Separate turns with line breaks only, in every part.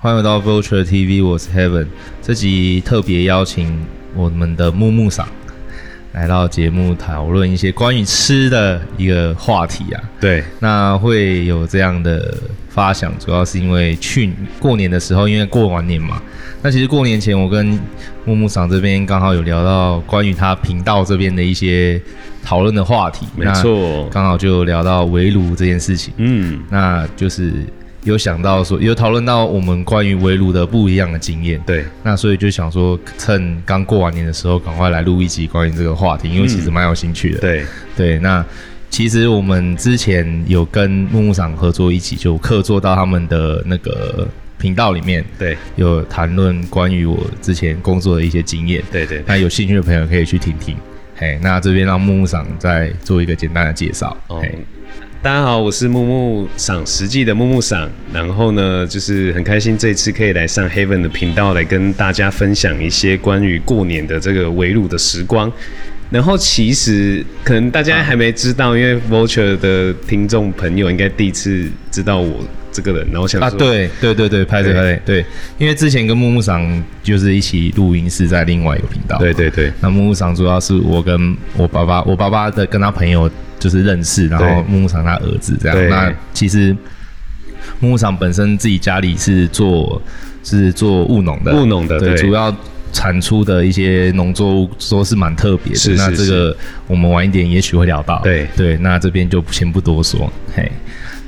欢迎回到 Vulture TV，我是 Heaven。这集特别邀请我们的木木赏来到节目讨论一些关于吃的一个话题啊。
对，
那会有这样的发想，主要是因为去过年的时候，因为过完年嘛。那其实过年前，我跟木木赏这边刚好有聊到关于他频道这边的一些讨论的话题。
没，错，
刚好就聊到围炉这件事情。
嗯，
那就是有想到说，有讨论到我们关于围炉的不一样的经验。
对，
那所以就想说，趁刚过完年的时候，赶快来录一集关于这个话题，因为其实蛮有兴趣的。
对，
对，那其实我们之前有跟木木厂合作一起，就客座到他们的那个频道里面，
对，
有谈论关于我之前工作的一些经验。
对，对，
那有兴趣的朋友可以去听听。嘿，那这边让木木厂再做一个简单的介绍。
哦
嘿，
大家好，我是木木赏实际的木木赏，然后呢，就是很开心这次可以来上 Heaven 的频道来跟大家分享一些关于过年的这个围炉的时光。然后其实可能大家还没知道，因为 Vulture 的听众朋友应该第一次知道我这个人，然后我想
啊，
说，
对对对对，拍对拍对对，因为之前跟木木厂就是一起录音是在另外一个频道。
对对对
那木木厂主要是我跟我爸爸，我爸爸的跟他朋友就是认识，然后
对
木木厂他儿子这样。
对
那其实木木厂本身自己家里是做是做务农的，
务农的
对
对
主要。产出的一些农作物都是蛮特别的，
是
那
是
这个我们晚一点也许会聊到。
对
对，那这边就先不多说。嘿，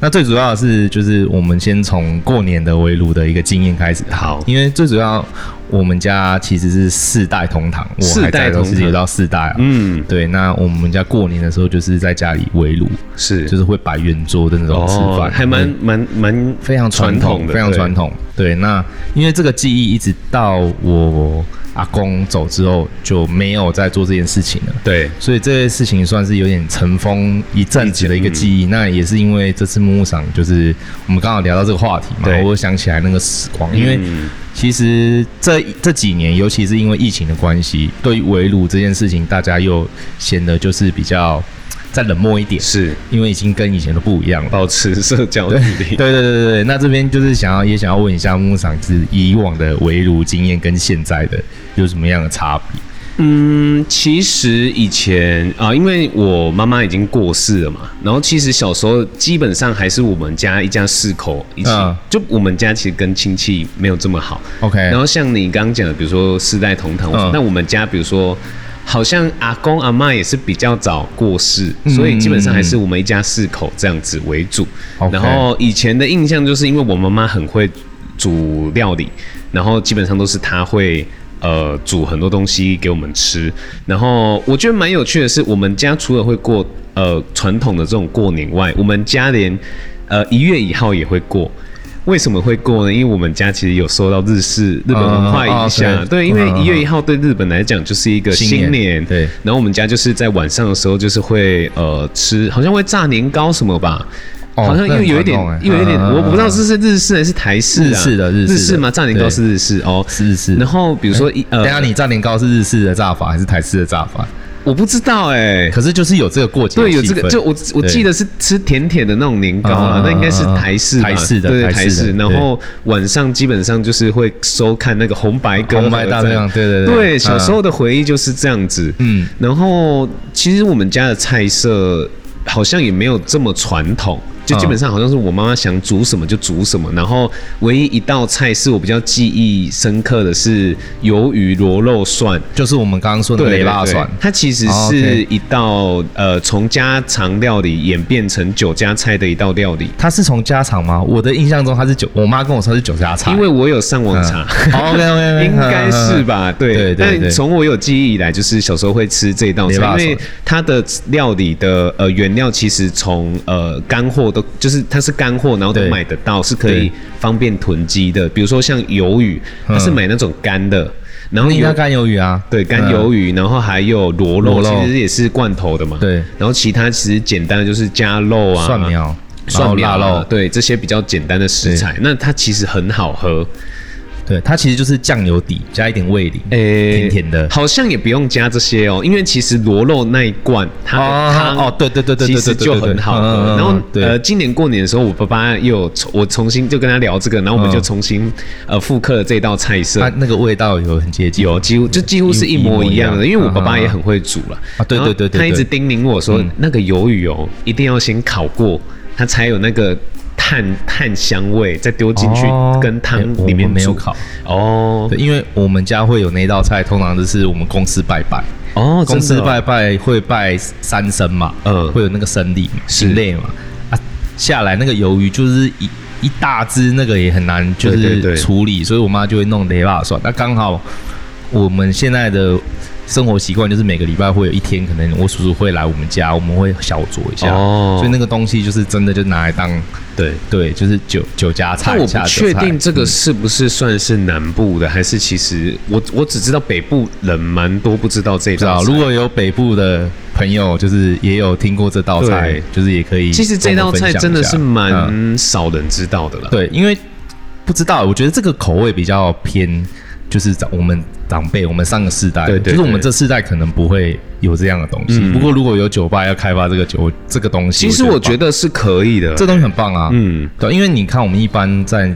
那最主要的是就是我们先从过年的围炉的一个经验开始。
好
因为最主要我们家其实是四代同堂，我还
四代
在都
同堂
是有到四代啊。
嗯，
对，那我们家过年的时候就是在家里围炉，
是，
就是会摆圆桌的那种吃
哦，
饭，
还蛮蛮蛮
非常传统，
的，
非常
对
传统。对，那因为这个记忆一直到我阿公走之后就没有再做这件事情了。
对，
所以这件事情算是有点尘封一阵子的一个记
嗯
忆。那也是因为这次木木赏，就是我们刚好聊到这个话题嘛，
对
我想起来那个时光，因为
嗯
其实这这几年，尤其是因为疫情的关系，对于围炉这件事情，大家又显得就是比较再冷漠一点，
是
因为已经跟以前的不一样了。
保持社交距离
对。对对对对，那这边就是想要也想要问一下木木赏，就是以往的围炉经验跟现在的有什么样的差别？
嗯，其实以前啊、因为我妈妈已经过世了嘛，然后其实小时候基本上还是我们家一家四口一起，
嗯
就我们家其实跟亲戚没有这么好。
OK
然后像你刚刚讲的，比如说世代同堂，
哎嗯
那我们家比如说。好像阿公阿妈也是比较早过世，
嗯
所以基本上还是我们一家四口这样子为主。
OK
然后以前的印象就是因为我妈妈很会煮料理，然后基本上都是她会呃煮很多东西给我们吃。然后我觉得蛮有趣的是，我们家除了会过呃传统的这种过年外，我们家连呃一月一号也会过。为什么会过呢？因为我们家其实有受到日式日本文化影响，
啊啊对
对，因为
嗯嗯
一月一号对日本来讲就是一个
新年
新年，
对
然后我们家就是在晚上的时候，就是会呃吃，好像会炸年糕什么吧。
哦
好像
那
又
很
有一点
传统欸，
又有一点，
嗯嗯嗯
我不知道这是日式还是台式啊？
日式的日式
日
的
式嘛，炸年糕
对
是日式哦。
是是。
然后比如说一呃
等一，下，你炸年糕是日式的炸法还是台式的炸法？
我不知道哎，
可是就是有这个过节的
对，有
气
这个，
氛
就我我记得是吃甜甜的那种年糕
嗯嗯
啦
嗯，
那应该是台式吧
台式的
对
台
对
式
台
的
式。
对
然后晚上基本上就是会收看那个红白歌，
红白大合唱对对对
对。
嗯
小时候的回忆就是这样子。
嗯
嗯，然后其实我们家的菜色好像也没有这么传统。就基本上好像是我妈妈想煮什么就煮什么，然后唯一一道菜是我比较记忆深刻的是鱿鱼螺肉蒜，
就是我们刚刚说的雷辣蒜
对对对它其实
哦
是
，OK
一道、呃从家常料理演变成酒家菜的一道料理。
它是从家常吗？我的印象中它是酒，我妈跟我说是酒家菜，
因为我有上网
嗯
查，
OK OK，
应该是吧？对，
嗯对对对
但从我有记忆以来，就是小时候会吃这道
没办
菜，
法
因为它的料理的呃原料其实从呃干货都就是它是干货，然后都
对
买得到，是可
对
以方便囤积的。比如说像鱿鱼，它是
嗯
买那种干的，然后
应该
有
干鱿鱼啊，
对，干
嗯
鱿鱼，然后还有螺
螺
肉，
肉
其实也是罐头的嘛。
对
然后其他其实简单的就是加肉啊、
嗯蒜、苗、
蒜苗
然后
啊
腊肉，
对这些比较简单的食材。那它其实很好喝，
对，哎它其实就是酱油底加一点味淋，
诶、
甜甜的。
呃好像也不用加这些哦，因为其实螺肉那一罐它的汤
哦，对对对对，对嗯
其实就很好喝。然后呃，
对
今年过年的时候，我爸爸又有重我重新就跟他聊这个，然后我们
嗯
就重新呃复刻了这道菜色
它，那个味道呃有很接近，
有几乎就几乎是一模一样的，因为我爸爸也很会煮了
啊对对对对嗯
他一直
对
叮咛我说，那个鱿鱼哦，一定要先烤过，它才有那个炭炭香味，再丢进去
哦
跟汤
诶我
里面
们没有
煮
烤。
哦
对，因为我们家会有那道菜，通常就是我们公司拜拜，
哦，
公
真
司
的哦
拜拜会拜三牲嘛，
嗯
会有那个牲礼嘛，
是
一类嘛，啊，下来那个鱿鱼就是一一大只，那个也很难就
对对对
是处理，所以我妈就会弄雷霸蒜。那刚好我们现在的生活习惯就是每个礼拜会有一天，可能我叔叔会来我们家，我们会小酌一下，
哦
所以那个东西就是真的就拿来当
对。
对，就是酒酒家菜
但我
下
不
酒
确
菜嗯
定这个是不是算是南部的，还是其实我我只知道北部人蛮多不知道这
知道，
道菜。
如果有北部的朋友，就是也有听过这道菜
对，
就是也可以跟我们分享一下。
其实这道菜真的是
嗯
蛮少人知道的了。
对，因为不知道，我觉得这个口味比较偏，就是长我们长辈，我们上个世代，
对对
就是我
对
们这世代可能不会有这样的东西。
嗯
不过如果有酒吧要开发这个酒这个东西，
其实我
得
觉
很棒
得是可以的。
这东西很棒啊。
嗯，
对，因为你看我们一般在。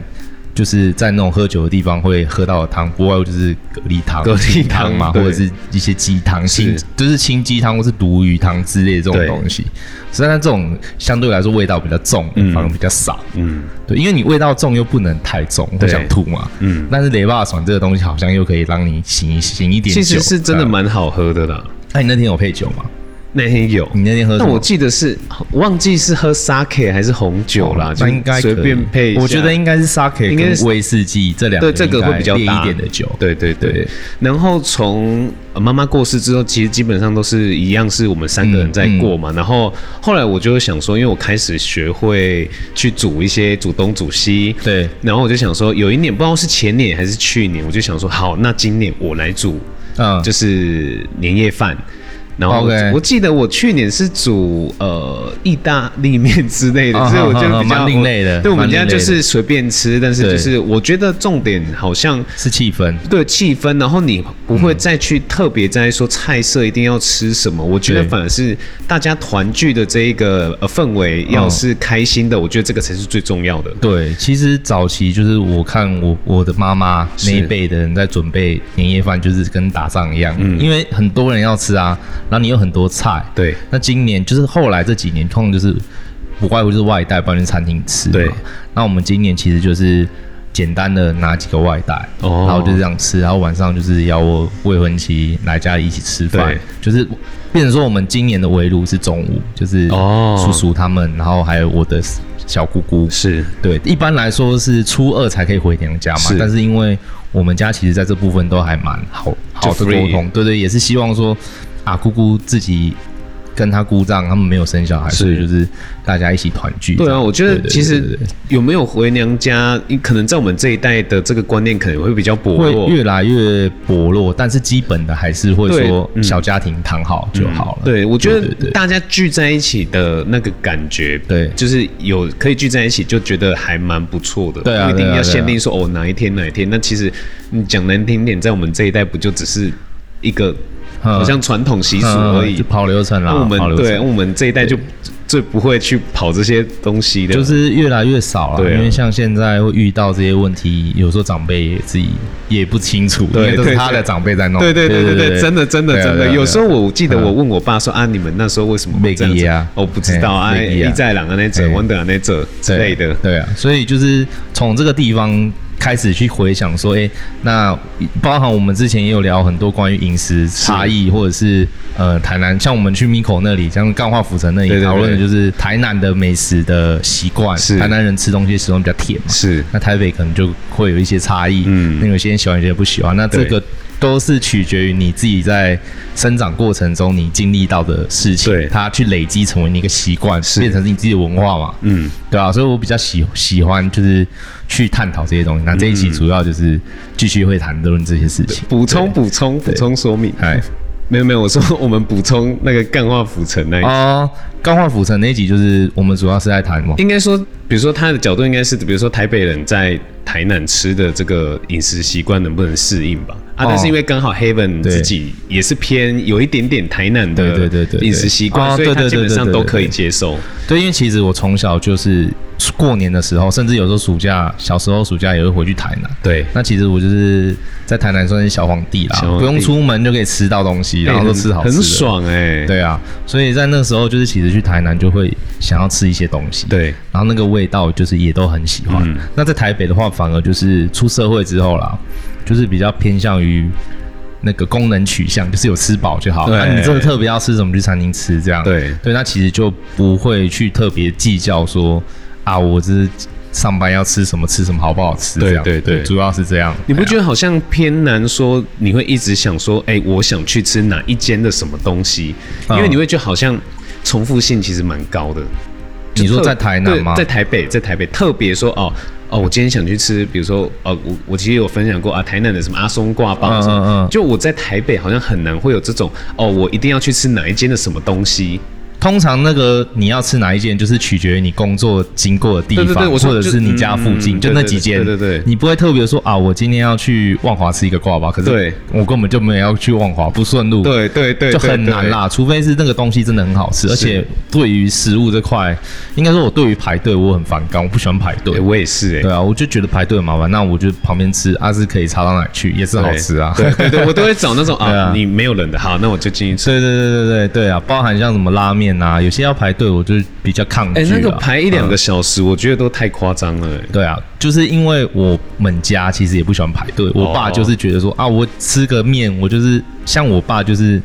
就是在那种喝酒的地方会喝到的汤，不外乎就是蛤蜊汤、
蛤蜊
清
汤
嘛，
对
或者是一些鸡汤、
是
清就是清鸡汤或是鲈鱼汤之类的这
对
种东西。虽然这种相对来说味道比较重，
嗯
反而比较少。
嗯
对，因为你味道重又不能太重，会
对
想吐嘛。
嗯，
但是雷霸爽这个东西好像又可以让你醒一醒一点酒，
其实是真的蛮好喝的
这
啦。
样？那、你那天有配酒吗？
嗯那天有，
你那天喝什
但
么？
我记得是忘记是喝 sake 还是红酒啦，
哦
就
那应该可以
随便配一下。
我觉得应该是 sake
应该是
跟威士忌这两
对这个
应该
会比较
烈
搭
一点的酒。
对对对
对。
然后从呃妈妈过世之后，其实基本上都是一样，是我们三个人在
嗯
过嘛。然后后来我就想说，因为我开始学会去煮一些煮东煮西，
对
然后我就想说，有一年不知道是前年还是去年，我就想说，好，那今年我来煮，
嗯，就
就
是
年夜饭。然后我
OK
我记得我去年是煮呃意大利面之类的，
嗯
所以我就
嗯嗯
比较
蛮另类的
对，我们
蛮另
家
类
就
的
是随便吃，但是就
对
是我觉得重点好像
是气氛。
对气氛，然后你不
嗯
会再去特别在说菜色一定要吃什么，我觉得
对
反而是大家团聚的这一个呃氛围，要是开心
嗯
的，我觉得这个才是最重要的。
对，其实早期就是我看我我的妈妈
是
那一辈的人在准备年夜饭，就是跟打仗一样，
嗯
因为很多人要吃啊，然后你有很多菜，
对
那今年就是后来这几年，通常就是不外乎就是外带，不然就是餐厅吃嘛。
对
那我们今年其实就是简单的拿几个外带，
哦
然后就这样吃，然后晚上就是邀我未婚妻来家里一起吃饭
对，
就是变成说我们今年的围炉是中午，就是
哦
叔叔他们，然后还有我的小姑姑。
是
对，一般来说是初二才可以回娘家嘛，
是
但是因为我们家其实在这部分都还蛮好好的
free
沟通，对对，也是希望说啊，姑姑自己跟她姑丈他们没有生小孩，
是
所以就是大家一起团聚这
对
样。
啊，我觉
对
得
对
其
对对
实
对
有没有回娘家，你可能在我们这一代的这个观念可能会比较薄
会
弱。
越来越薄弱，但是基本的还是会
对
说
嗯
小家庭谈好就好了。
对，我觉
啊对
得
对
大家聚在一起的那个感觉，
对
就是有可以聚在一起，就觉得还蛮不错的。
对啊
不一
对
定
啊
要
对啊
限定说哦哪一天哪一天。那其实你讲难听点，在我们这一代不就只是一个
嗯
好像传统习俗
嗯
而已
就。跑流程啦，
那我
跑
们
流
对
程
我们这一代就最不会去跑这些东西的，
就是越来越少了，
对啊
因为像现在会遇到这些问题，有时候长辈也自己也不清楚，因
对
为都
对
是他
对
的长辈在弄。
对对对对对，真的真的
对啊
真
对
的，
啊
有
对啊
时候我记得
嗯
我问我爸说啊，你们那时候为什么会这样
袂记
子
得啊
我不知道啊，
嘿袂记
李
得啊
在朗啊那者，
嘿
温德啊那者之类的，
对啊，所以就是从这个地方开始去回想说，哎、那包含我们之前也有聊很多关于饮食差异，或者是呃台南，像我们去 Miko 那里，像干化府城那
对对
里
对
讨论的就是台南的美食的习惯
是，
台南人吃东西始终比较甜嘛，
是
那台北可能就会有一些差异，
嗯
嗯，那有些人喜欢，有些人不喜欢，那这
对
个都是取决于你自己在生长过程中你经历到的事情，
对
它去累积成为你一个习惯，
是
变成是你自己的文化嘛，
嗯，
对啊，所以我比较喜喜欢就是去探讨这些东西。那这一期主要就是继续会谈论这些事情。
补充补充补充说明，
哎，
没有没有，我说我们补充那个干化浮城那一
哦，钢化府城那一集就是我们主要是在谈嘛，
应该说，比如说他的角度应该是，比如说台北人在台南吃的这个饮食习惯能不能适应吧。啊，但是因为刚好
哦
Haven
对
自己也是偏有一点点台南的
对对对对对
饮食习惯，
哦
所以
对
他
对
基
对
本
对
上
对
都
对
可以
对
接受。
对，因为其实我从小就是过年的时候，甚至有时候暑假，小时候暑假也会回去台南。
对，
那其实我就是在台南算是小皇帝啦
小皇，帝欸
不用出门就可以吃到东西，然后都吃好吃
很
的。
很爽哎。
对啊，所以在那时候就是其实去台南就会想要吃一些东西，，
对
然后那个味道就是也都很喜欢。
嗯
那在台北的话，反而就是出社会之后啦，就是比较偏向于那个功能取向，就是有吃饱就好。
对
那、你真的特别要吃什么，去餐厅吃这样。
对
对，那其实就不会去特别计较说啊，我这是上班要吃什么，吃什么好不好吃
对
这样。
对对
主要是这样。
你不
哎呀
觉得好像偏难说？你会一直想说，哎、我想去吃哪一间的什么东西？因为
嗯
你会觉得好像重复性其实蛮高的。
你说
特
在台南
对
吗？
在台北，在台北特别说哦哦，我今天想去吃，比如说哦，我我其实有分享过啊，台南的什么阿松挂包
嗯
什么，
嗯嗯
就我在台北好像很难会有这种哦，我一定要去吃哪一间的什么东西。
通常那个你要吃哪一间，就是取决于你工作经过的地方，
对对对我说
或者是你家附近，
就
就
嗯
那几间，
对对对对对
你不会特别说啊，我今天要去万华吃一个挂包，可
对
是我根本就没有要去万华，不顺路，
对对对
就很难。啦。除非是那个东西真的很好吃，而且对于食物这块，应该说我对于排队我很反感，我不喜欢排队。
对对我也是哎、
对啊，我就觉得排队很麻烦，那我就旁边吃，啊是可以差到哪里去，也是好吃啊。
对对对，我都会找那种
对
啊
啊，
你没有人的，好，那我就进去吃。
对对对对对对啊，包含像什么拉面啊，有些要排队，我就比较抗拒
哎、
啊。
那个排一两
嗯
个小时，我觉得都太夸张了、哎
对啊，就是因为我们家其实也不喜欢排队，我爸就是觉得说、啊，我吃个面，我就是像我爸就是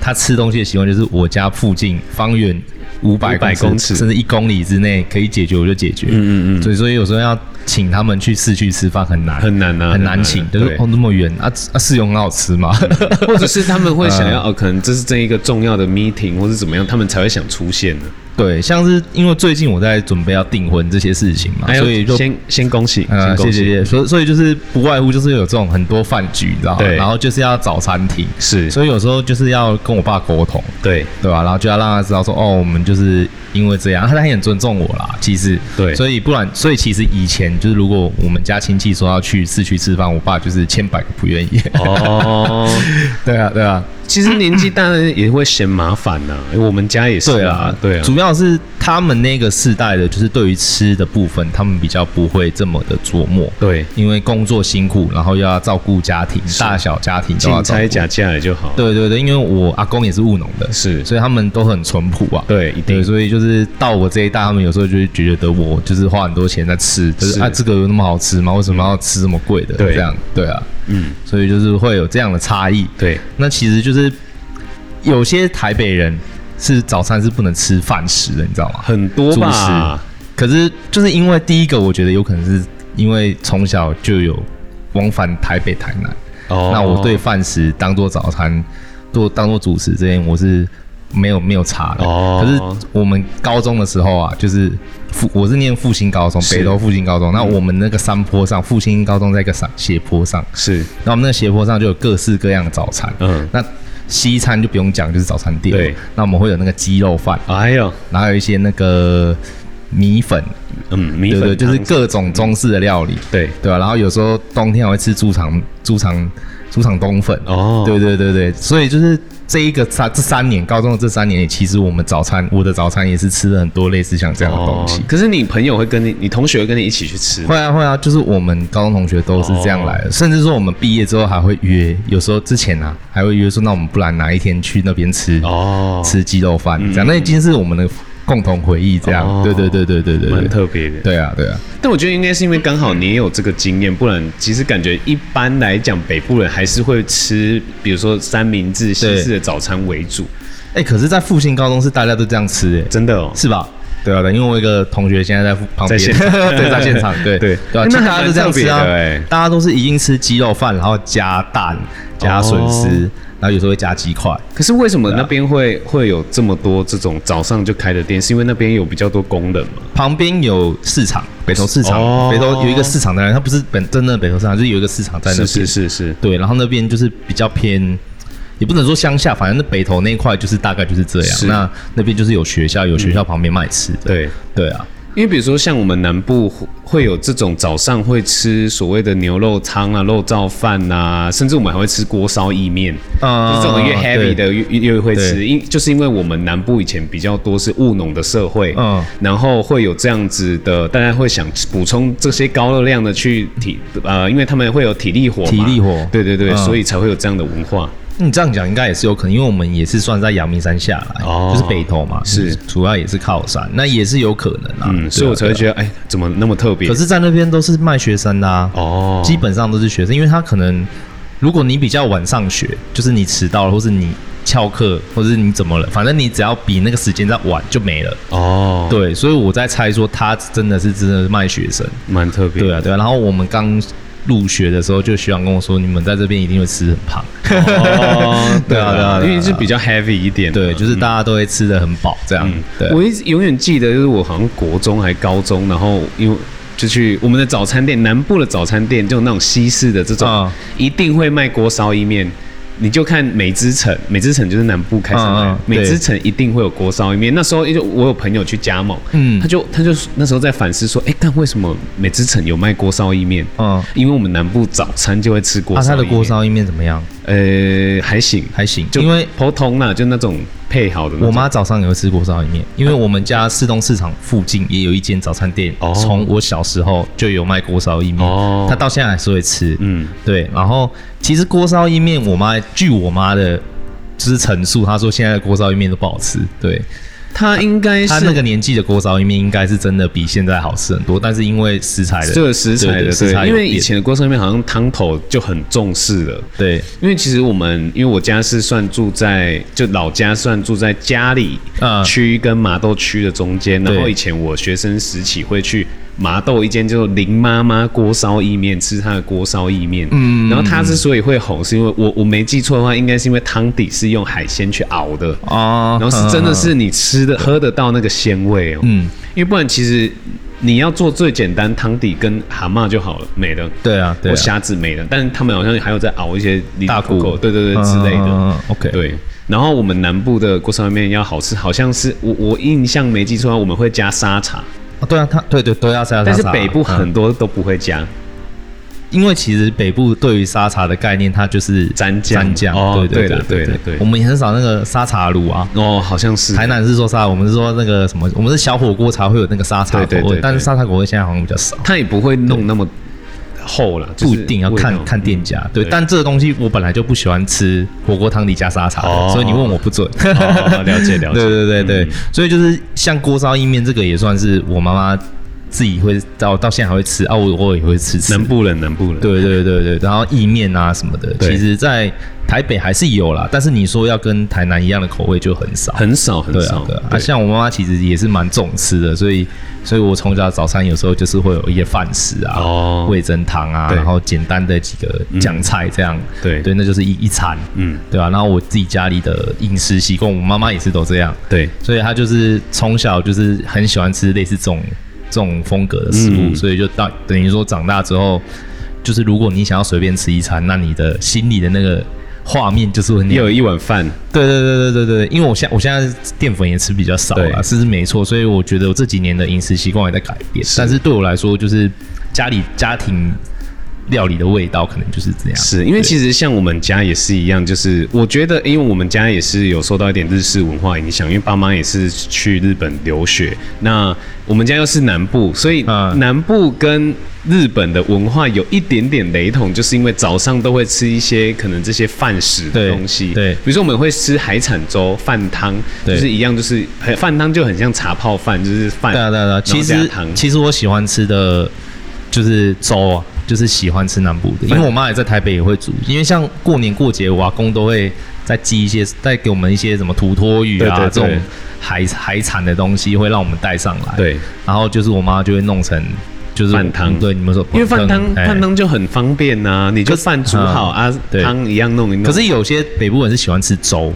他吃东西的习惯，就是我家附近方圆五百
500公尺
甚至一公里之内可以解决我就解决，
嗯嗯嗯
所以所以有时候要请他们去市区吃饭很难。
很难啊，
很难请，就是
对
哦那么远啊啊市容很好吃嘛，
或者是他们会 想要哦，可能这是这一个重要的 meeting 或是怎么样，他们才会想出现呢。
对，像是因为最近我在准备要订婚这些事情嘛，
哎呦
所以就
先先恭喜，
呃
先，
谢
恭
谢谢
喜，
谢，所以所以就是不外乎就是有这种很多饭局，你知道吗？
对
然后就是要找餐厅，
是，
所以有时候就是要跟我爸沟通，
对
对吧、然后就要让他知道说，哦，我们就是因为这样，他他也很尊重我啦，其实，
对
所以不然，所以其实以前就是如果我们家亲戚说要去市区吃饭，我爸就是千百个不愿意。
哦，
对啊，对啊，
其实年纪大了也会嫌麻烦 呐，哎我们家也是
对
啊
啊，，
对啊，
主要是他们那个世代的，就是对于吃的部分，他们比较不会这么的琢磨。
对，
因为工作辛苦，然后又要照顾家庭，大小家庭都要
钦
照顾
差。假嫁也就好，
对对对，因为我阿公也是务农的，
是，
所以他们都很淳朴啊。
对，一
对，
定
所以就是到我这一代，他们有时候就会觉得我就是花很多钱在吃，就是
是嗯
啊，这个有那么好吃吗？为什么要吃这么贵的？
对
这样对啊，
嗯，
所以就是会有这样的差异。
对，
那其实就是有些台北人是早餐是不能吃饭食的，你知道吗？
很多
主
吧
食，可是就是因为第一个，我觉得有可能是因为从小就有往返台北、台南，
哦
那我对饭食当做早餐，做当做主食这些，我是没有没有查的。
哦
可是我们高中的时候啊，就是复我是念复兴高中，
是嗯
北投复兴高中。那我们那个山坡上，复兴高中在一个山斜坡上，
是，
那我们那个斜坡上就有各式各样的早餐。
嗯，
那西餐就不用讲，就是早餐店。
对，
那我们会有那个鸡肉饭，
哎呦，
然后有一些那个米粉，
嗯，米
对对，
粉
就是
汤
各种中式的料理。
对，
对吧、然后有时候冬天还会吃猪肠、猪肠、猪肠冬粉。
哦
对对对对，所以就是这一个三这三年，高中的这三年里，其实我们早餐，我的早餐也是吃了很多类似像这样的东西。
哦可是你朋友会跟你，你同学会跟你一起去吃吗？
会啊会啊，就是我们高中同学都是这样
哦
来的，甚至说我们毕业之后还会约，有时候之前啊还会约说，那我们不然哪一天去那边吃、
哦，嗯
吃鸡肉饭，这样那已经是我们的共同回忆，这样。
哦
对对对对对对
蛮
对，
特别的。
对啊对啊，
但我觉得应该是因为刚好你也有这个经验，不然其实感觉一般来讲，北部人还是会吃，比如说三明治、西式的早餐为主。
哎、可是，在复兴高中是大家都这样吃、欸，
真的哦，
是吧？对啊，对，因为我有一个同学现在在附旁
在
边，
现
对，在现场，对
对
对啊，
欸
其
那
实
还
大家都这样吃啊
蛮特别的欸，
大家都是一定吃鸡肉饭，然后加蛋、加笋丝，
哦
然后有时候会加鸡块。
可是为什么那边会、会有这么多这种早上就开的店？是因为那边有比较多工人嘛？
旁边有市场，北投市场，
哦
北投有一个市场在那，它不是本真正的北投市场，就是有一个市场在那
是
边。
是是是，
对，然后那边就是比较偏，也不能说乡下，反正那北投那一块就是大概就是这样。
是
那那边就是有学校，有学校旁边卖吃的。
对。
对啊，
因为比如说像我们南部会会有这种早上会吃所谓的牛肉汤啊、肉燥饭啊，甚至我们还会吃锅烧意面，就
啊
是这种越 heavy 的越越越会吃，
对
因就是因为我们南部以前比较多是务农的社会，
嗯
然后会有这样子的，大家会想补充这些高热量的去体呃，因为他们会有体力活嘛，
体力活
对对对，
嗯
所以才会有这样的文化。
你嗯这样讲应该也是有可能，因为我们也是算在阳明山下来，
哦
就是北投嘛，
是
主要也是靠山，那也是有可能啊。对
嗯，
啊
所以我才会
对啊
觉得，哎，怎么那么特别？
可是，在那边都是卖学生的啊，
哦，
基本上都是学生，因为他可能如果你比较晚上学，就是你迟到了，或是你翘课，或是你怎么了，反正你只要比那个时间再晚就没了。
哦，，
对，所以我在猜说他真的是真的是卖学生。
蛮特别。
对啊，对啊。然后我们刚入学的时候，就学长跟我说，你们在这边一定会吃很胖。
哦，
对啊对啊对啊
因为是比较 heavy 一点的，
对，就是大家都会吃的很饱这样
嗯。
对，
我一直永远记得，就是我好像国中还高中，然后因为就去我们的早餐店，南部的早餐店就那种西式的这种，
啊
一定会卖锅烧意面。你就看美之城，美之城就是南部开始卖，
嗯嗯
美
对
之城一定会有锅烧意面。那时候因为我有朋友去加盟，
嗯
他就他就那时候在反思说，哎、但为什么美之城有卖锅烧意面？
嗯，
因为我们南部早餐就会吃锅
那
烧、
啊他的锅，烧意面怎么样？
呃，还行，
还行，
就
因为
普通啦，就那种配好的那种。
我妈早上也会吃锅烧意面，因为我们家市东市场附近也有一间早餐店
哦，
从我小时候就有卖锅烧意
哦
面，她到现在还是会吃。
嗯，
对，然后其实锅烧意面，我妈据我妈的。就是陈述，她说现在的锅烧意面都不好吃。对
他应该是
她那个年纪的锅烧意面，应该是真的比现在好吃很多，但是因为食材的
这个食材
对
的
对食材有
对，因为以
变
前的锅烧面好像汤头就很重视了。
对
因为其实我们，因为我家是算住在就老家算住在嘉里
嗯
区跟麻豆区的中间，然
对
后以前我学生时期会去麻豆一间叫做林妈妈锅烧意面吃她的锅烧意面，嗯，然后她之所以会红，是因为我我没记错的话，应该是因为汤底是用海鲜去熬的，
哦
然后是真的是你吃的喝得到那个鲜味哦，
嗯，
因为不然其实你要做最简单汤底跟蛤蟆就好了，没了。
对啊，对
或
啊，
虾子没了，但是他们好像还有在熬一些离
大骨
对对对之类的。
嗯嗯嗯 OK，
对，然后我们南部的锅烧面要好吃，好像是我我印象没记错的话，我们会加沙茶，
啊对啊，它对对对啊，沙茶，
但是
沙茶
北部很
嗯
多都不会加。
因为其实北部对于沙茶的概念，它就是
蘸酱
蘸酱，
哦
对
对
对
啦对啦对
我们也很少那个沙茶卤啊。
哦，好像是
台南是说沙，我们是说那个什么，我们是小火锅才会有那个沙茶
对
口
对对
味
对，
但是沙茶口味现在好像比较少，
它也不会弄那么厚了，就
不
是
一定要
味
看
道嗯
看店家。对
对，
但这个东西我本来就不喜欢吃火锅汤底加沙茶
哦
的，所以你问我不准。
哦 了解了解，
对对对对，
嗯
所以就是像锅烧意面这个也算是我妈妈自己会到到现在还会吃啊，我我也会吃吃。
南部人南部人，
对对对对，然后意面啊什么的，
对
其实在台北还是有啦，但是你说要跟台南一样的口味就很少。
很少很
对啊
少，，
对啊，啊
对
像我妈妈其实也是蛮重吃的，所以，所以我从小早餐有时候就是会有一些饭食啊，
哦
味增汤啊，
对
然后简单的几个酱菜这样，
对
对，那就是一一餐，
嗯
对啊，然后我自己家里的饮食习惯，我妈妈也是都这样，
对。
所以他就是从小就是很喜欢吃类似这种这种风格的食物，
嗯
所以就到等于说长大之后，就是如果你想要随便吃一餐，那你的心里的那个画面就是会那
又
样
有。一碗饭，
对对对对对对，因为我现我现在淀粉也吃比较少
对
了，是是没错，所以我觉得我这几年的饮食习惯也在改变，但是对我来说，就是家里家庭料理的味道可能就是这样。
是因为其实像我们家也是一样，就是我觉得，因为我们家也是有受到一点日式文化影响，因为爸妈也是去日本留学，那我们家又是南部，所以
嗯
南部跟日本的文化有一点点雷同，就是因为早上都会吃一些可能这些饭食的
对
东西，
对
比如说我们会吃海产粥、饭汤，就
对
是一样，就是很饭汤就很像茶泡饭，就是饭，
对啊对啊对啊，其
然后
实
加糖
其实我喜欢吃的就是粥啊，就是喜欢吃南部的，因为我妈也在台北也会煮，因为像过年过节，我阿公都会再寄一些，再给我们一些什么土托鱼啊
对对对
这种海海产的东西，会让我们带上来。，
对。
然后就是我妈就会弄成就是
饭汤
对你们说
因为饭汤
哎
饭汤就很方便呐、你就饭煮好啊，
对
汤一样弄一弄。
可是有些北部人是喜欢吃粥，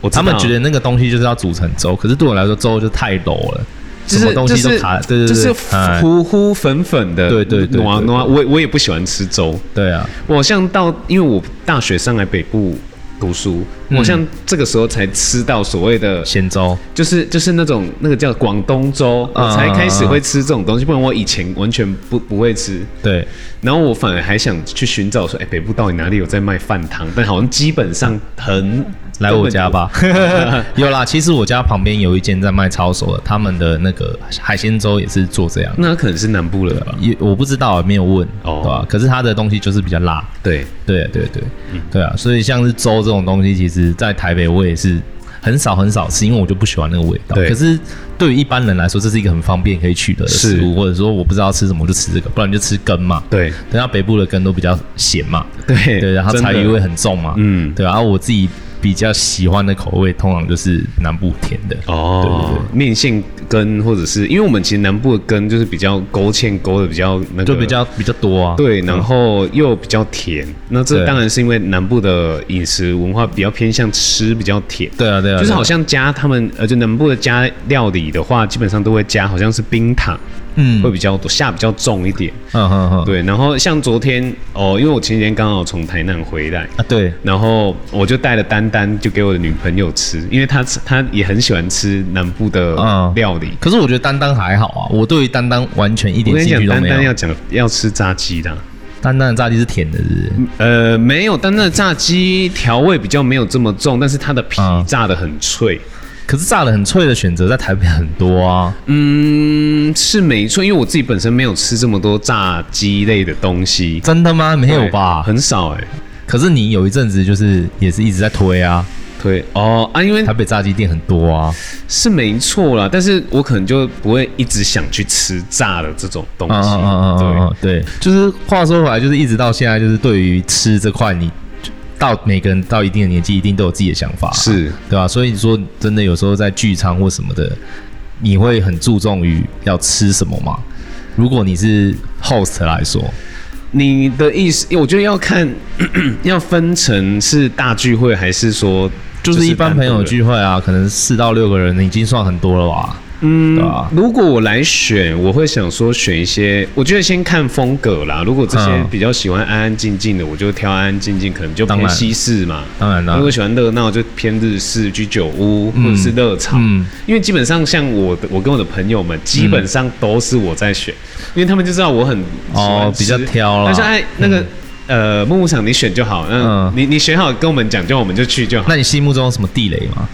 我知
他
道
们觉得那个东西就是要煮成粥，可是对我来说粥就太柔了，
就是
什么东西
就
都
是
卡，对对对，
就是
哎
糊糊粉粉的，啊
对对对
暖
对
暖。我我也不喜欢吃粥，
对啊，
我好像到因为我大学上来北部读书，
嗯
我像这个时候才吃到所谓的
咸粥，
就是就是那种那个叫广东粥，
啊
我才开始会吃这种东西，不然我以前完全不不会吃。
对，
然后我反而还想去寻找说，哎、北部到底哪里有在卖饭堂？但好像基本上很
来我家，吧。 有啦，其实我家旁边有一间在卖抄手的，他们的那个海鲜粥也是做这样的。
那可能是南部了吧？
也我不知道，没有问，
哦
对吧、可是它的东西就是比较辣，
对，
对对对，
嗯
对啊，所以像是粥这种东西，其实在台北我也是很少很少吃，因为我就不喜欢那个味道。
对
可是对于一般人来说，这是一个很方便可以取得的食物，
是
或者说我不知道吃什么我就吃这个，不然就吃根嘛。
对，
等下北部的根都比较咸嘛，
对，
对，然后
真的
柴鱼味很重嘛，
嗯
对啊，然后我自己比较喜欢的口味，通常就是南部甜的。
哦，面线羹或者是因为我们其实南部的羹就是比较勾芡勾的比较那个，
就比较比较多啊，
对，然后又比较甜。那这
对
当然是因为南部的饮食文化比较偏向吃比较甜。
对啊，对啊，
就是
对啊
好像加他们，呃，就南部的加料理的话，基本上都会加，好像是冰糖，
嗯
会比较多，下比较重一点。
嗯嗯嗯，
对，然后像昨天哦，因为我前几天刚好从台南回来，
啊，对，
然后我就带了丹丹，就给我的女朋友吃，因为她吃她也很喜欢吃南部的
嗯
料理。
可是我觉得丹丹还好啊，我对于丹丹完全一
我
点
跟你
兴
讲，
趣都
丹
没
丹要
有。
讲要吃炸鸡的啊、
丹丹的炸鸡是甜的，是不是？
呃，没有，丹丹的炸鸡调味比较没有这么重，但是它的皮
嗯
炸的很脆。
可是炸的很脆的选择在台北很多啊。
嗯，是没错，因为我自己本身没有吃这么多炸鸡类的东西，
真的吗？没
没
有吧？
很少哎、
可是你有一阵子就是也是一直在推啊，
对哦啊，因为
台北炸鸡店很多啊。
是没错啦，但是我可能就不会一直想去吃炸的这种东
嗯
西。
嗯嗯嗯嗯，对，就是话说回来，就是一直到现在，就是对于吃这块，你到每个人到一定的年纪，一定都有自己的想法啊、
对，是
对吧、所以说，真的有时候在聚餐或什么的，你会很注重于要吃什么吗？如果你是 host 来说，
你的意思，我觉得要看， 要分成是大聚会还是说
就是一般
单独
朋友
的
聚会啊，可能四到六个人已经算很多了吧？
嗯
对啊，
如果我来选，我会想说选一些，我觉得先看风格啦。如果这些
嗯
比较喜欢安安静静的，我就挑安安静静，可能就
当
偏
然
西式嘛。
当然啦、
如果喜欢热闹，就偏日式居酒屋
啊嗯
或者是热炒。
嗯
因为基本上像我的，我跟我的朋友们，基本上都是我在选，因为他们就知道我很喜欢
哦
吃
比较挑啦
他说哎，那个、呃木木厂你选就好，嗯
嗯，
你你选好跟我们讲，叫我们就去就好。
那你心目中有什么地雷吗？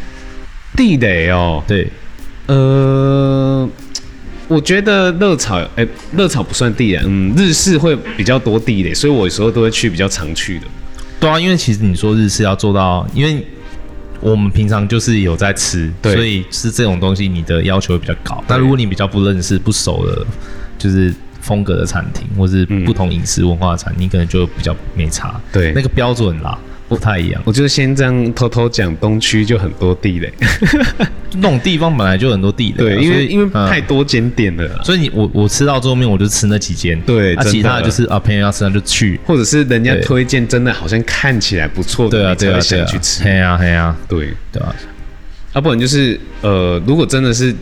地雷哦，
对，
呃，我觉得热炒，哎、热炒不算地雷，嗯，日式会比较多地雷，所以我有时候都会去比较常去的。
对啊，因为其实你说日式要做到，因为我们平常就是有在吃，
对
所以是这种东西你的要求会比较高。
对
但如果你比较不认识、不熟的，就是风格的餐厅，或是
嗯
不同饮食文化的餐厅，你可能就比较没差。
对
那个标准啦不太一样。
我就先这样偷偷讲，东区就很多地雷，
那种地方本来就很多地雷啊、
对，因
所
为
以
因为
嗯
太多间店了啦。
所以你我我吃到最后面，我就吃那几间，
对
啊，
真的
其他的就是啊，朋友要吃那就去，
或者是人家
对
推荐，真的好像看起来不错的，
对啊，
你才
对
会
啊，对
想
啊
去，吃。
嘿啊，嘿啊，
对，
对啊，
啊，不然就是呃，如果真的是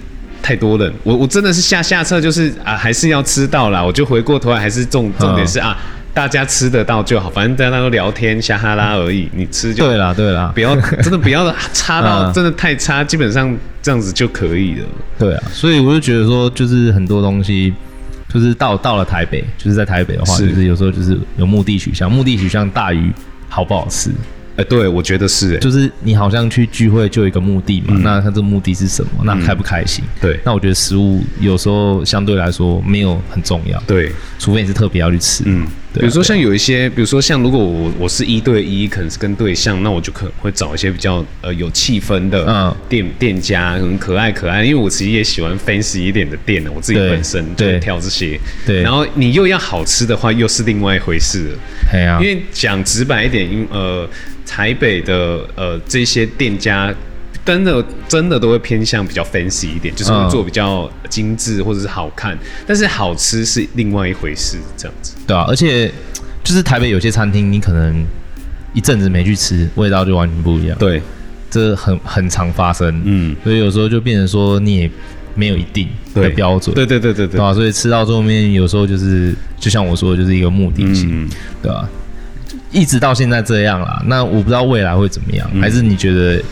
太多人，我我真的是下下策就是啊，还是要吃到啦。我就回过头来，还是
嗯
重重点是啊，大家吃得到就好，反正大家都聊天瞎哈拉而已，你吃就
嗯对啦，对啦
不，要真的不要 差到
嗯
真的太差，基本上这样子就可以了。
对啊，所以我就觉得说，就是很多东西，就是到到了台北，就是在台北的话，
是
就是有时候就是有目的取向，目的取向大于好不好吃，
哎、对，我觉得是、哎，
就是你好像去聚会就有一个目的嘛，
嗯
那它这个目的是什么？那开不开心？
对
那我觉得食物有时候相对来说没有很重要，
对，
除非你是特别要去吃，
嗯，
对啊
比如说
对啊
像有一些，比如说像如果我我是一对一，可能是跟对象，那我就可能会找一些比较呃有气氛的
嗯
店、店家，很可爱可爱，因为我其实也喜欢 fancy 一点的店呢，我自己
对
本身就会
对
挑这些。
对
然后你又要好吃的话，又是另外一回事了。
嘿啊
因，为讲直白一点，因呃，台北的呃这些店家。真的真的都会偏向比较 fancy 一点，就是会
嗯
做比较精致或者是好看，但是好吃是另外一回事，这样子。
对啊，而且就是台北有些餐厅，你可能一阵子没去吃，味道就完全不一样，
对，
这很很常发生，
嗯，
所以有时候就变成说你也没有一定的
对
标准，啊
对对对对对，
吧、所以吃到最后面，有时候就是就像我说的，就是一个目的性，
嗯，
对吧、啊一直到现在这样啦。那我不知道未来会怎么样，
嗯
还是你觉得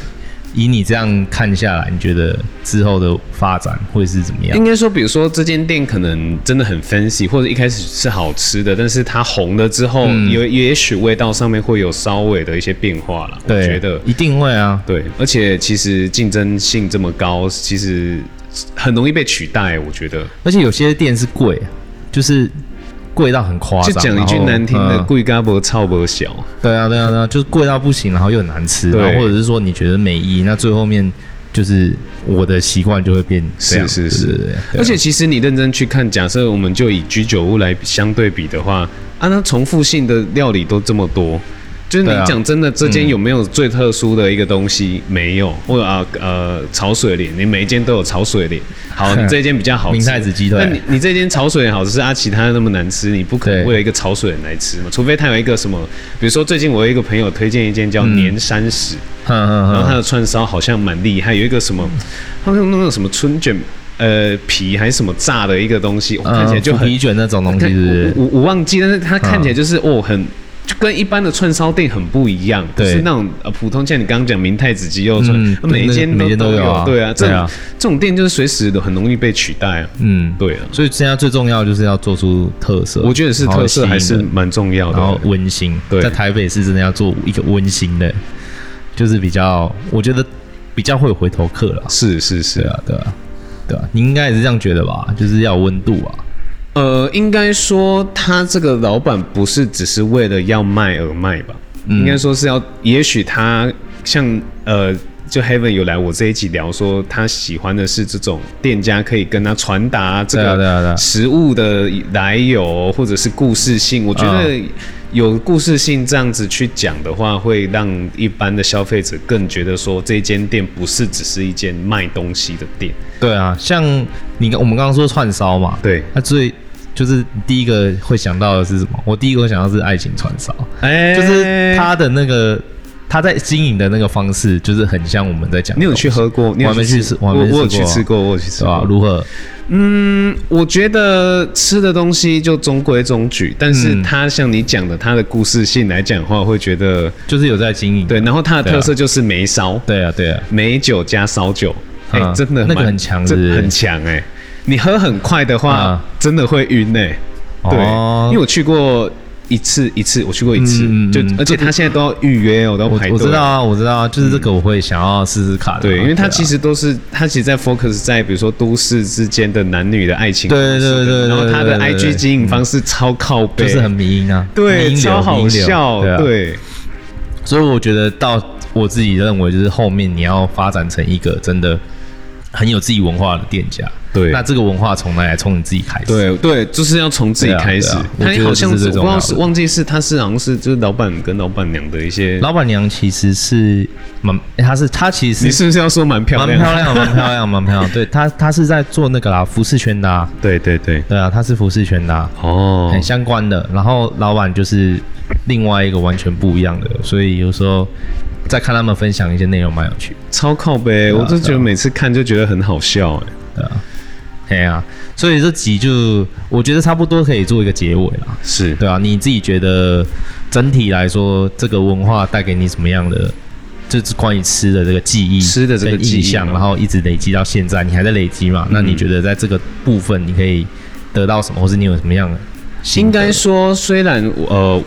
以你这样看下来，你觉得之后的发展会是怎么样
应？该说，比如说这间店可能真的很 fancy，或者一开始是好吃的，但是它红了之后，
嗯
有也许味道上面会有稍微的一些变化了。我
对，
觉得
一定会啊。
对，而且其实竞争性这么高，其实很容易被取代。我觉得，
而且有些店是贵，就是贵到很夸
就
张。
讲一句
然后
难听的，
嗯
贵嘎不超不小。
对啊，对啊，对啊，就是贵到不行，然后又很难吃，
对
然后或者是说你觉得没意义，那最后面就是我的习惯就会变这样，
是是
对对对对
而且其实你认真去看，假设我们就以居酒屋来相对比的话，啊，那重复性的料理都这么多，就是你
对啊
讲真的，这间有没有最特殊的一个东西？没有，或者啊呃潮水莲，你每一间都有潮水莲。好，你这间比较好吃，
明太子鸡腿
那你你这间潮水莲好吃，啊，其他的那么难吃，你不可能
对
为了一个潮水莲来吃嘛？除非它有一个什么，比如说最近我有一个朋友推荐一间叫
嗯
年山石。
哼
然后
哼
他
哼，
的串烧好像蛮厉害，有一个什么，他们用那种什么春卷，呃，皮还是什么炸的一个东
嗯
西，我看起来就
腐
很，
皮卷那种东西
看
是不是？嗯
我我我忘记，但是它看起来就是、哦，很就跟一般的串烧店很不一样，不
对
是那种呃普通像你刚刚讲明太子鸡肉串，
嗯
那每一间
那每一间
都
都有
有，
啊
对啊，这
对
种、
啊
这种店就是随时都很容易被取代啊，
嗯，
对啊，
所以现在最重要就是要做出特色，
我觉得是
然后
特色还
吸
是
引人
蛮重要的，
然后温馨，
对
在台北是真的要做一个温馨的，就是比较，我觉得比较会有回头客了。
是是是
对啊，对啊，对啊，你应该也是这样觉得吧？就是要有温度啊。
呃，应该说他这个老板不是只是为了要卖而卖吧？
嗯
应该说是要，也许他像呃，就 Heaven 有来我这一集聊说，他喜欢的是这种店家可以跟他传达这
对啊对啊对
个
啊
食物的来由或者是故事性。我觉得
啊
有故事性这样子去讲的话，会让一般的消费者更觉得说，这间店不是只是一间卖东西的店。
对啊，像你我们刚刚说串烧嘛，
对，
那最就是第一个会想到的是什么？我第一个会想到是爱情串烧，
哎
就是他的那个他在经营的那个方式，就是很像我们在讲的东西。
你有去喝过？你有
我还没去
吃
吃，我还没
我有
吃过
去
啊
吃过，我有去吃
对吧
过？。
如何？
嗯，我觉得吃的东西就中规中矩，但是
嗯
它像你讲的，它的故事性来讲的话，会觉得
就是有在经营。
对。然后它的
对啊
特色就是梅烧，
对啊，对啊，
梅酒加烧酒，哎、
啊
真的
那个
蛮
很强
这
是不是
很强哎、你喝很快的话，
啊
真的会晕哎、对，
哦
因为我去过一次，一次我去过一次，
嗯嗯嗯
就
嗯
而且他现在都要预约哦，都要
我
排队。
我知道啊，我知道啊，就是这个我会想要试试看啊。
嗯对，因为它其
实
实都是它其实在 focus 在比如说都市之间的男女的爱情故
对
事的，
对对对对
然后它
对
的
对对
IG 经营方式超靠背，
就是很迷因啊，迷
对，
因流
超好
迷因流
笑，
对啊。
对
所以我觉得到我自己认为，就是后面你要发展成一个真的很有自己文化的店家。
对
那这个文化从哪里来？从你自己开始。
对对，就是要从自己开始
对啊。对啊
它
我觉得
好像
这是
是
最
我不知
重要
道
的
是忘记是它是好像是就是老板跟老板娘的一些，
老板娘其实是蛮，她是她其
你
实
是不是要说蛮漂
蛮
亮？
漂亮，蛮漂亮，蛮漂亮。对她，她是在做那个啦，服饰圈的、啊。
对对对，
对啊，她是服饰圈的、啊。
哦
很，相关的，然后老板就是另外一个完全不一样的，所以有时候在看他们分享一些内容蛮有趣的。
超靠
啊
背，我就觉得每次看就觉得很好笑哎。
对啊，哎呀、所以这集就我觉得差不多可以做一个结尾啦。
是
对啊，你自己觉得整体来说，这个文化带给你什么样的？就是关于吃的这个记忆，
吃的这个
跟
记忆嗯
印象，
嘛
然后一直累积到现在，你还在累积嘛？那你觉得在这个部分，你可以得到什么，或是你有什么样的心
应
得？
该说，虽然呃，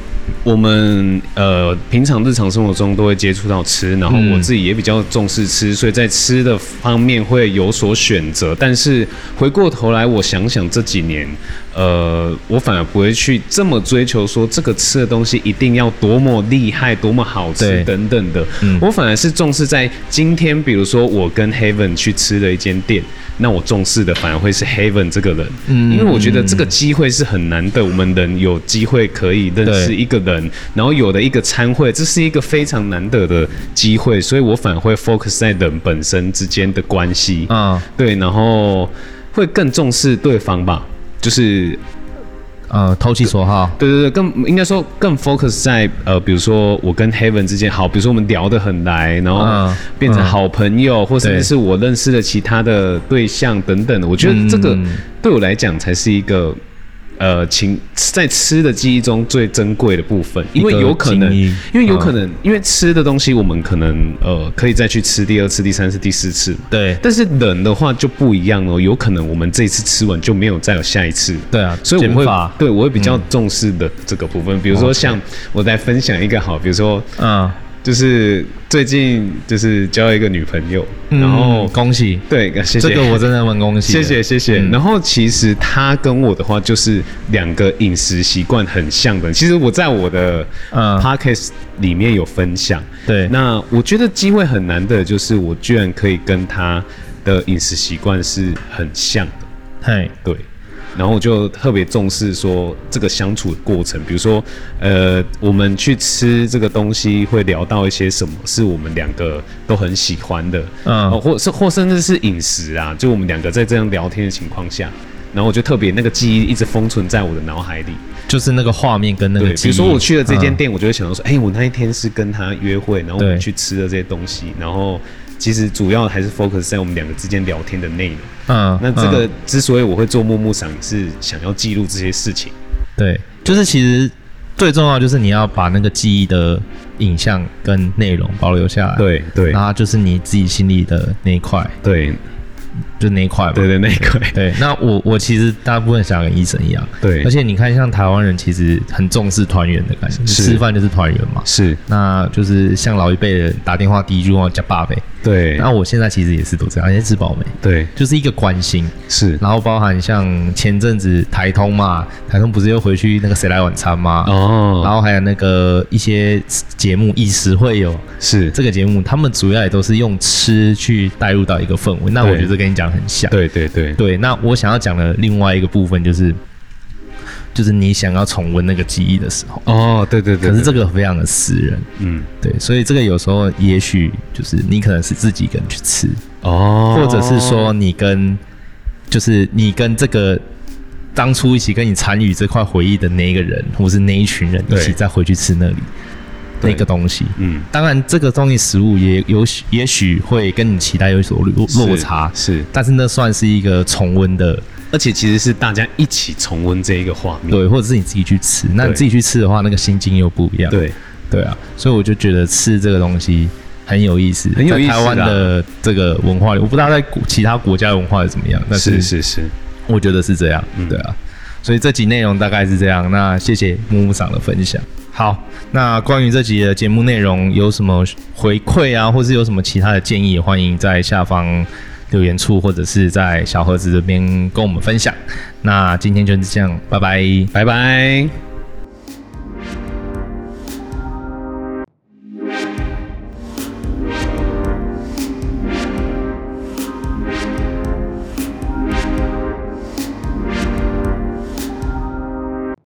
我们呃平常日常生活中都会接触到吃，然后
嗯
我自己也比较重视吃，所以在吃的方面会有所选择。但是回过头来，我想想这几年，呃，我反而不会去这么追求说这个吃的东西一定要多么厉害、多么好吃
对
等等的。
嗯
我反而是重视在今天，比如说我跟 Heaven 去吃了一间店，那我重视的反而会是 Heaven 这个人，
嗯
因为我觉得这个机会是很难得，我们人有机会可以认识
对
一个人，然后有了一个参会，这是一个非常难得的机会，所以我反而会 focus 在人本身之间的关系，
嗯
对，然后会更重视对方吧，就是
呃，投其所好，
对对对，更应该说更 focus 在呃，比如说我跟 Heaven 之间好，比如说我们聊得很来，然后
嗯
变成好朋友，或甚至
对
是我认识的其他的对象等等的，我觉得这个
嗯
对我来讲才是一个呃情在吃的记忆中最珍贵的部分，因为有可能，
一个
因
经嗯历
为有可能，因为吃的东西我们可能呃可以再去吃第二次、第三次、第四次，
对
但是人的话就不一样哦，有可能我们这一次吃完就没有再有下一次，
对啊，
所以我
减
会
法
对我会比较重视的这个部分，比如说像我来分享一个好，比如说
嗯，
就是最近就是交了一个女朋友，然后
嗯恭喜，
对，谢谢
这个我真的蛮恭喜的，
谢谢谢谢。
嗯
然后其实他跟我的话就是两个饮食习惯很像的。其实我在我的
嗯
podcast 里面有分享。
对
那我觉得机会很难得，就是我居然可以跟他的饮食习惯是很像的。
嘿，
对。然后我就特别重视说这个相处的过程，比如说，呃，我们去吃这个东西会聊到一些什么是我们两个都很喜欢的，
嗯
哦或是或甚至是饮食啊，就我们两个在这样聊天的情况下，然后我就特别那个记忆一直封存在我的脑海里。
就是那个画面跟那个
对，
记
比
忆，
如说我去了这间
嗯
店，我就会想到说，哎、我那一天是跟他约会，然后我
对
们去吃了这些东西，然后其实主要还是 focus 在我们两个之间聊天的内容。
嗯，
那这个
嗯
之所以我会做木木赏，是想要记录这些事情。
对，就是其实最重要就是你要把那个记忆的影像跟内容保留下来，，
对对
然后就是你自己心里的那一块，
对
就那一块嘛，
对对，那一块，
对，那我我其实大部分想跟医生一样，
对
而且你看，像台湾人其实很重视团圆的感觉，
是
吃饭就是团圆嘛。
是，
那就是像老一辈人打电话第一句话叫爸呗，
对
那我现在其实也是都这样，也是吃饱没，
对
就是一个关心。
是
然后包含像前阵子台通嘛，台通不是又回去那个谁来晚餐嘛，然
哦，
后还有那个一些节目饮食会有
是
这个节目，他们主要也都是用吃去带入到一个氛围。那我
对
觉得跟你讲很像，
对对对
对，那我想要讲的另外一个部分就是，就是你想要重温那个记忆的时候，
哦，对对对，
可是这
个
个非常的私人，
嗯
对，所以这个有时候也许就是你可能是自己一个人去吃，
哦，
或者是说你跟就是你跟这个当初一起跟你参与这块回忆的那一个人，或是那一群人一
对
起再回去吃那里
对
那个东西。
嗯
当然，这个东西食物也有许也许会跟你期待有所落落差，
是，
但是那算是一个重温的
而且其实是大家一起重温这一个画面。
对，或者是你自己去吃。那你
对
自己去吃的话，那个心境又不一样。
对
对啊，所以我就觉得吃这个东西很有意思，
很有意思啊
在
啦
台湾的这个文化里，我不知道在国其他国家的文化是怎么样，但
是
是
是是，
我觉得是这样。
嗯
对啊，所以这集内容大概是这样。那谢谢木木赏的分享。好，那关于这集的节目内容有什么回馈啊，或是有什么其他的建议，也欢迎在下方留言处或者是在小盒子这边跟我们分享。那今天就是这样，拜拜。
拜拜。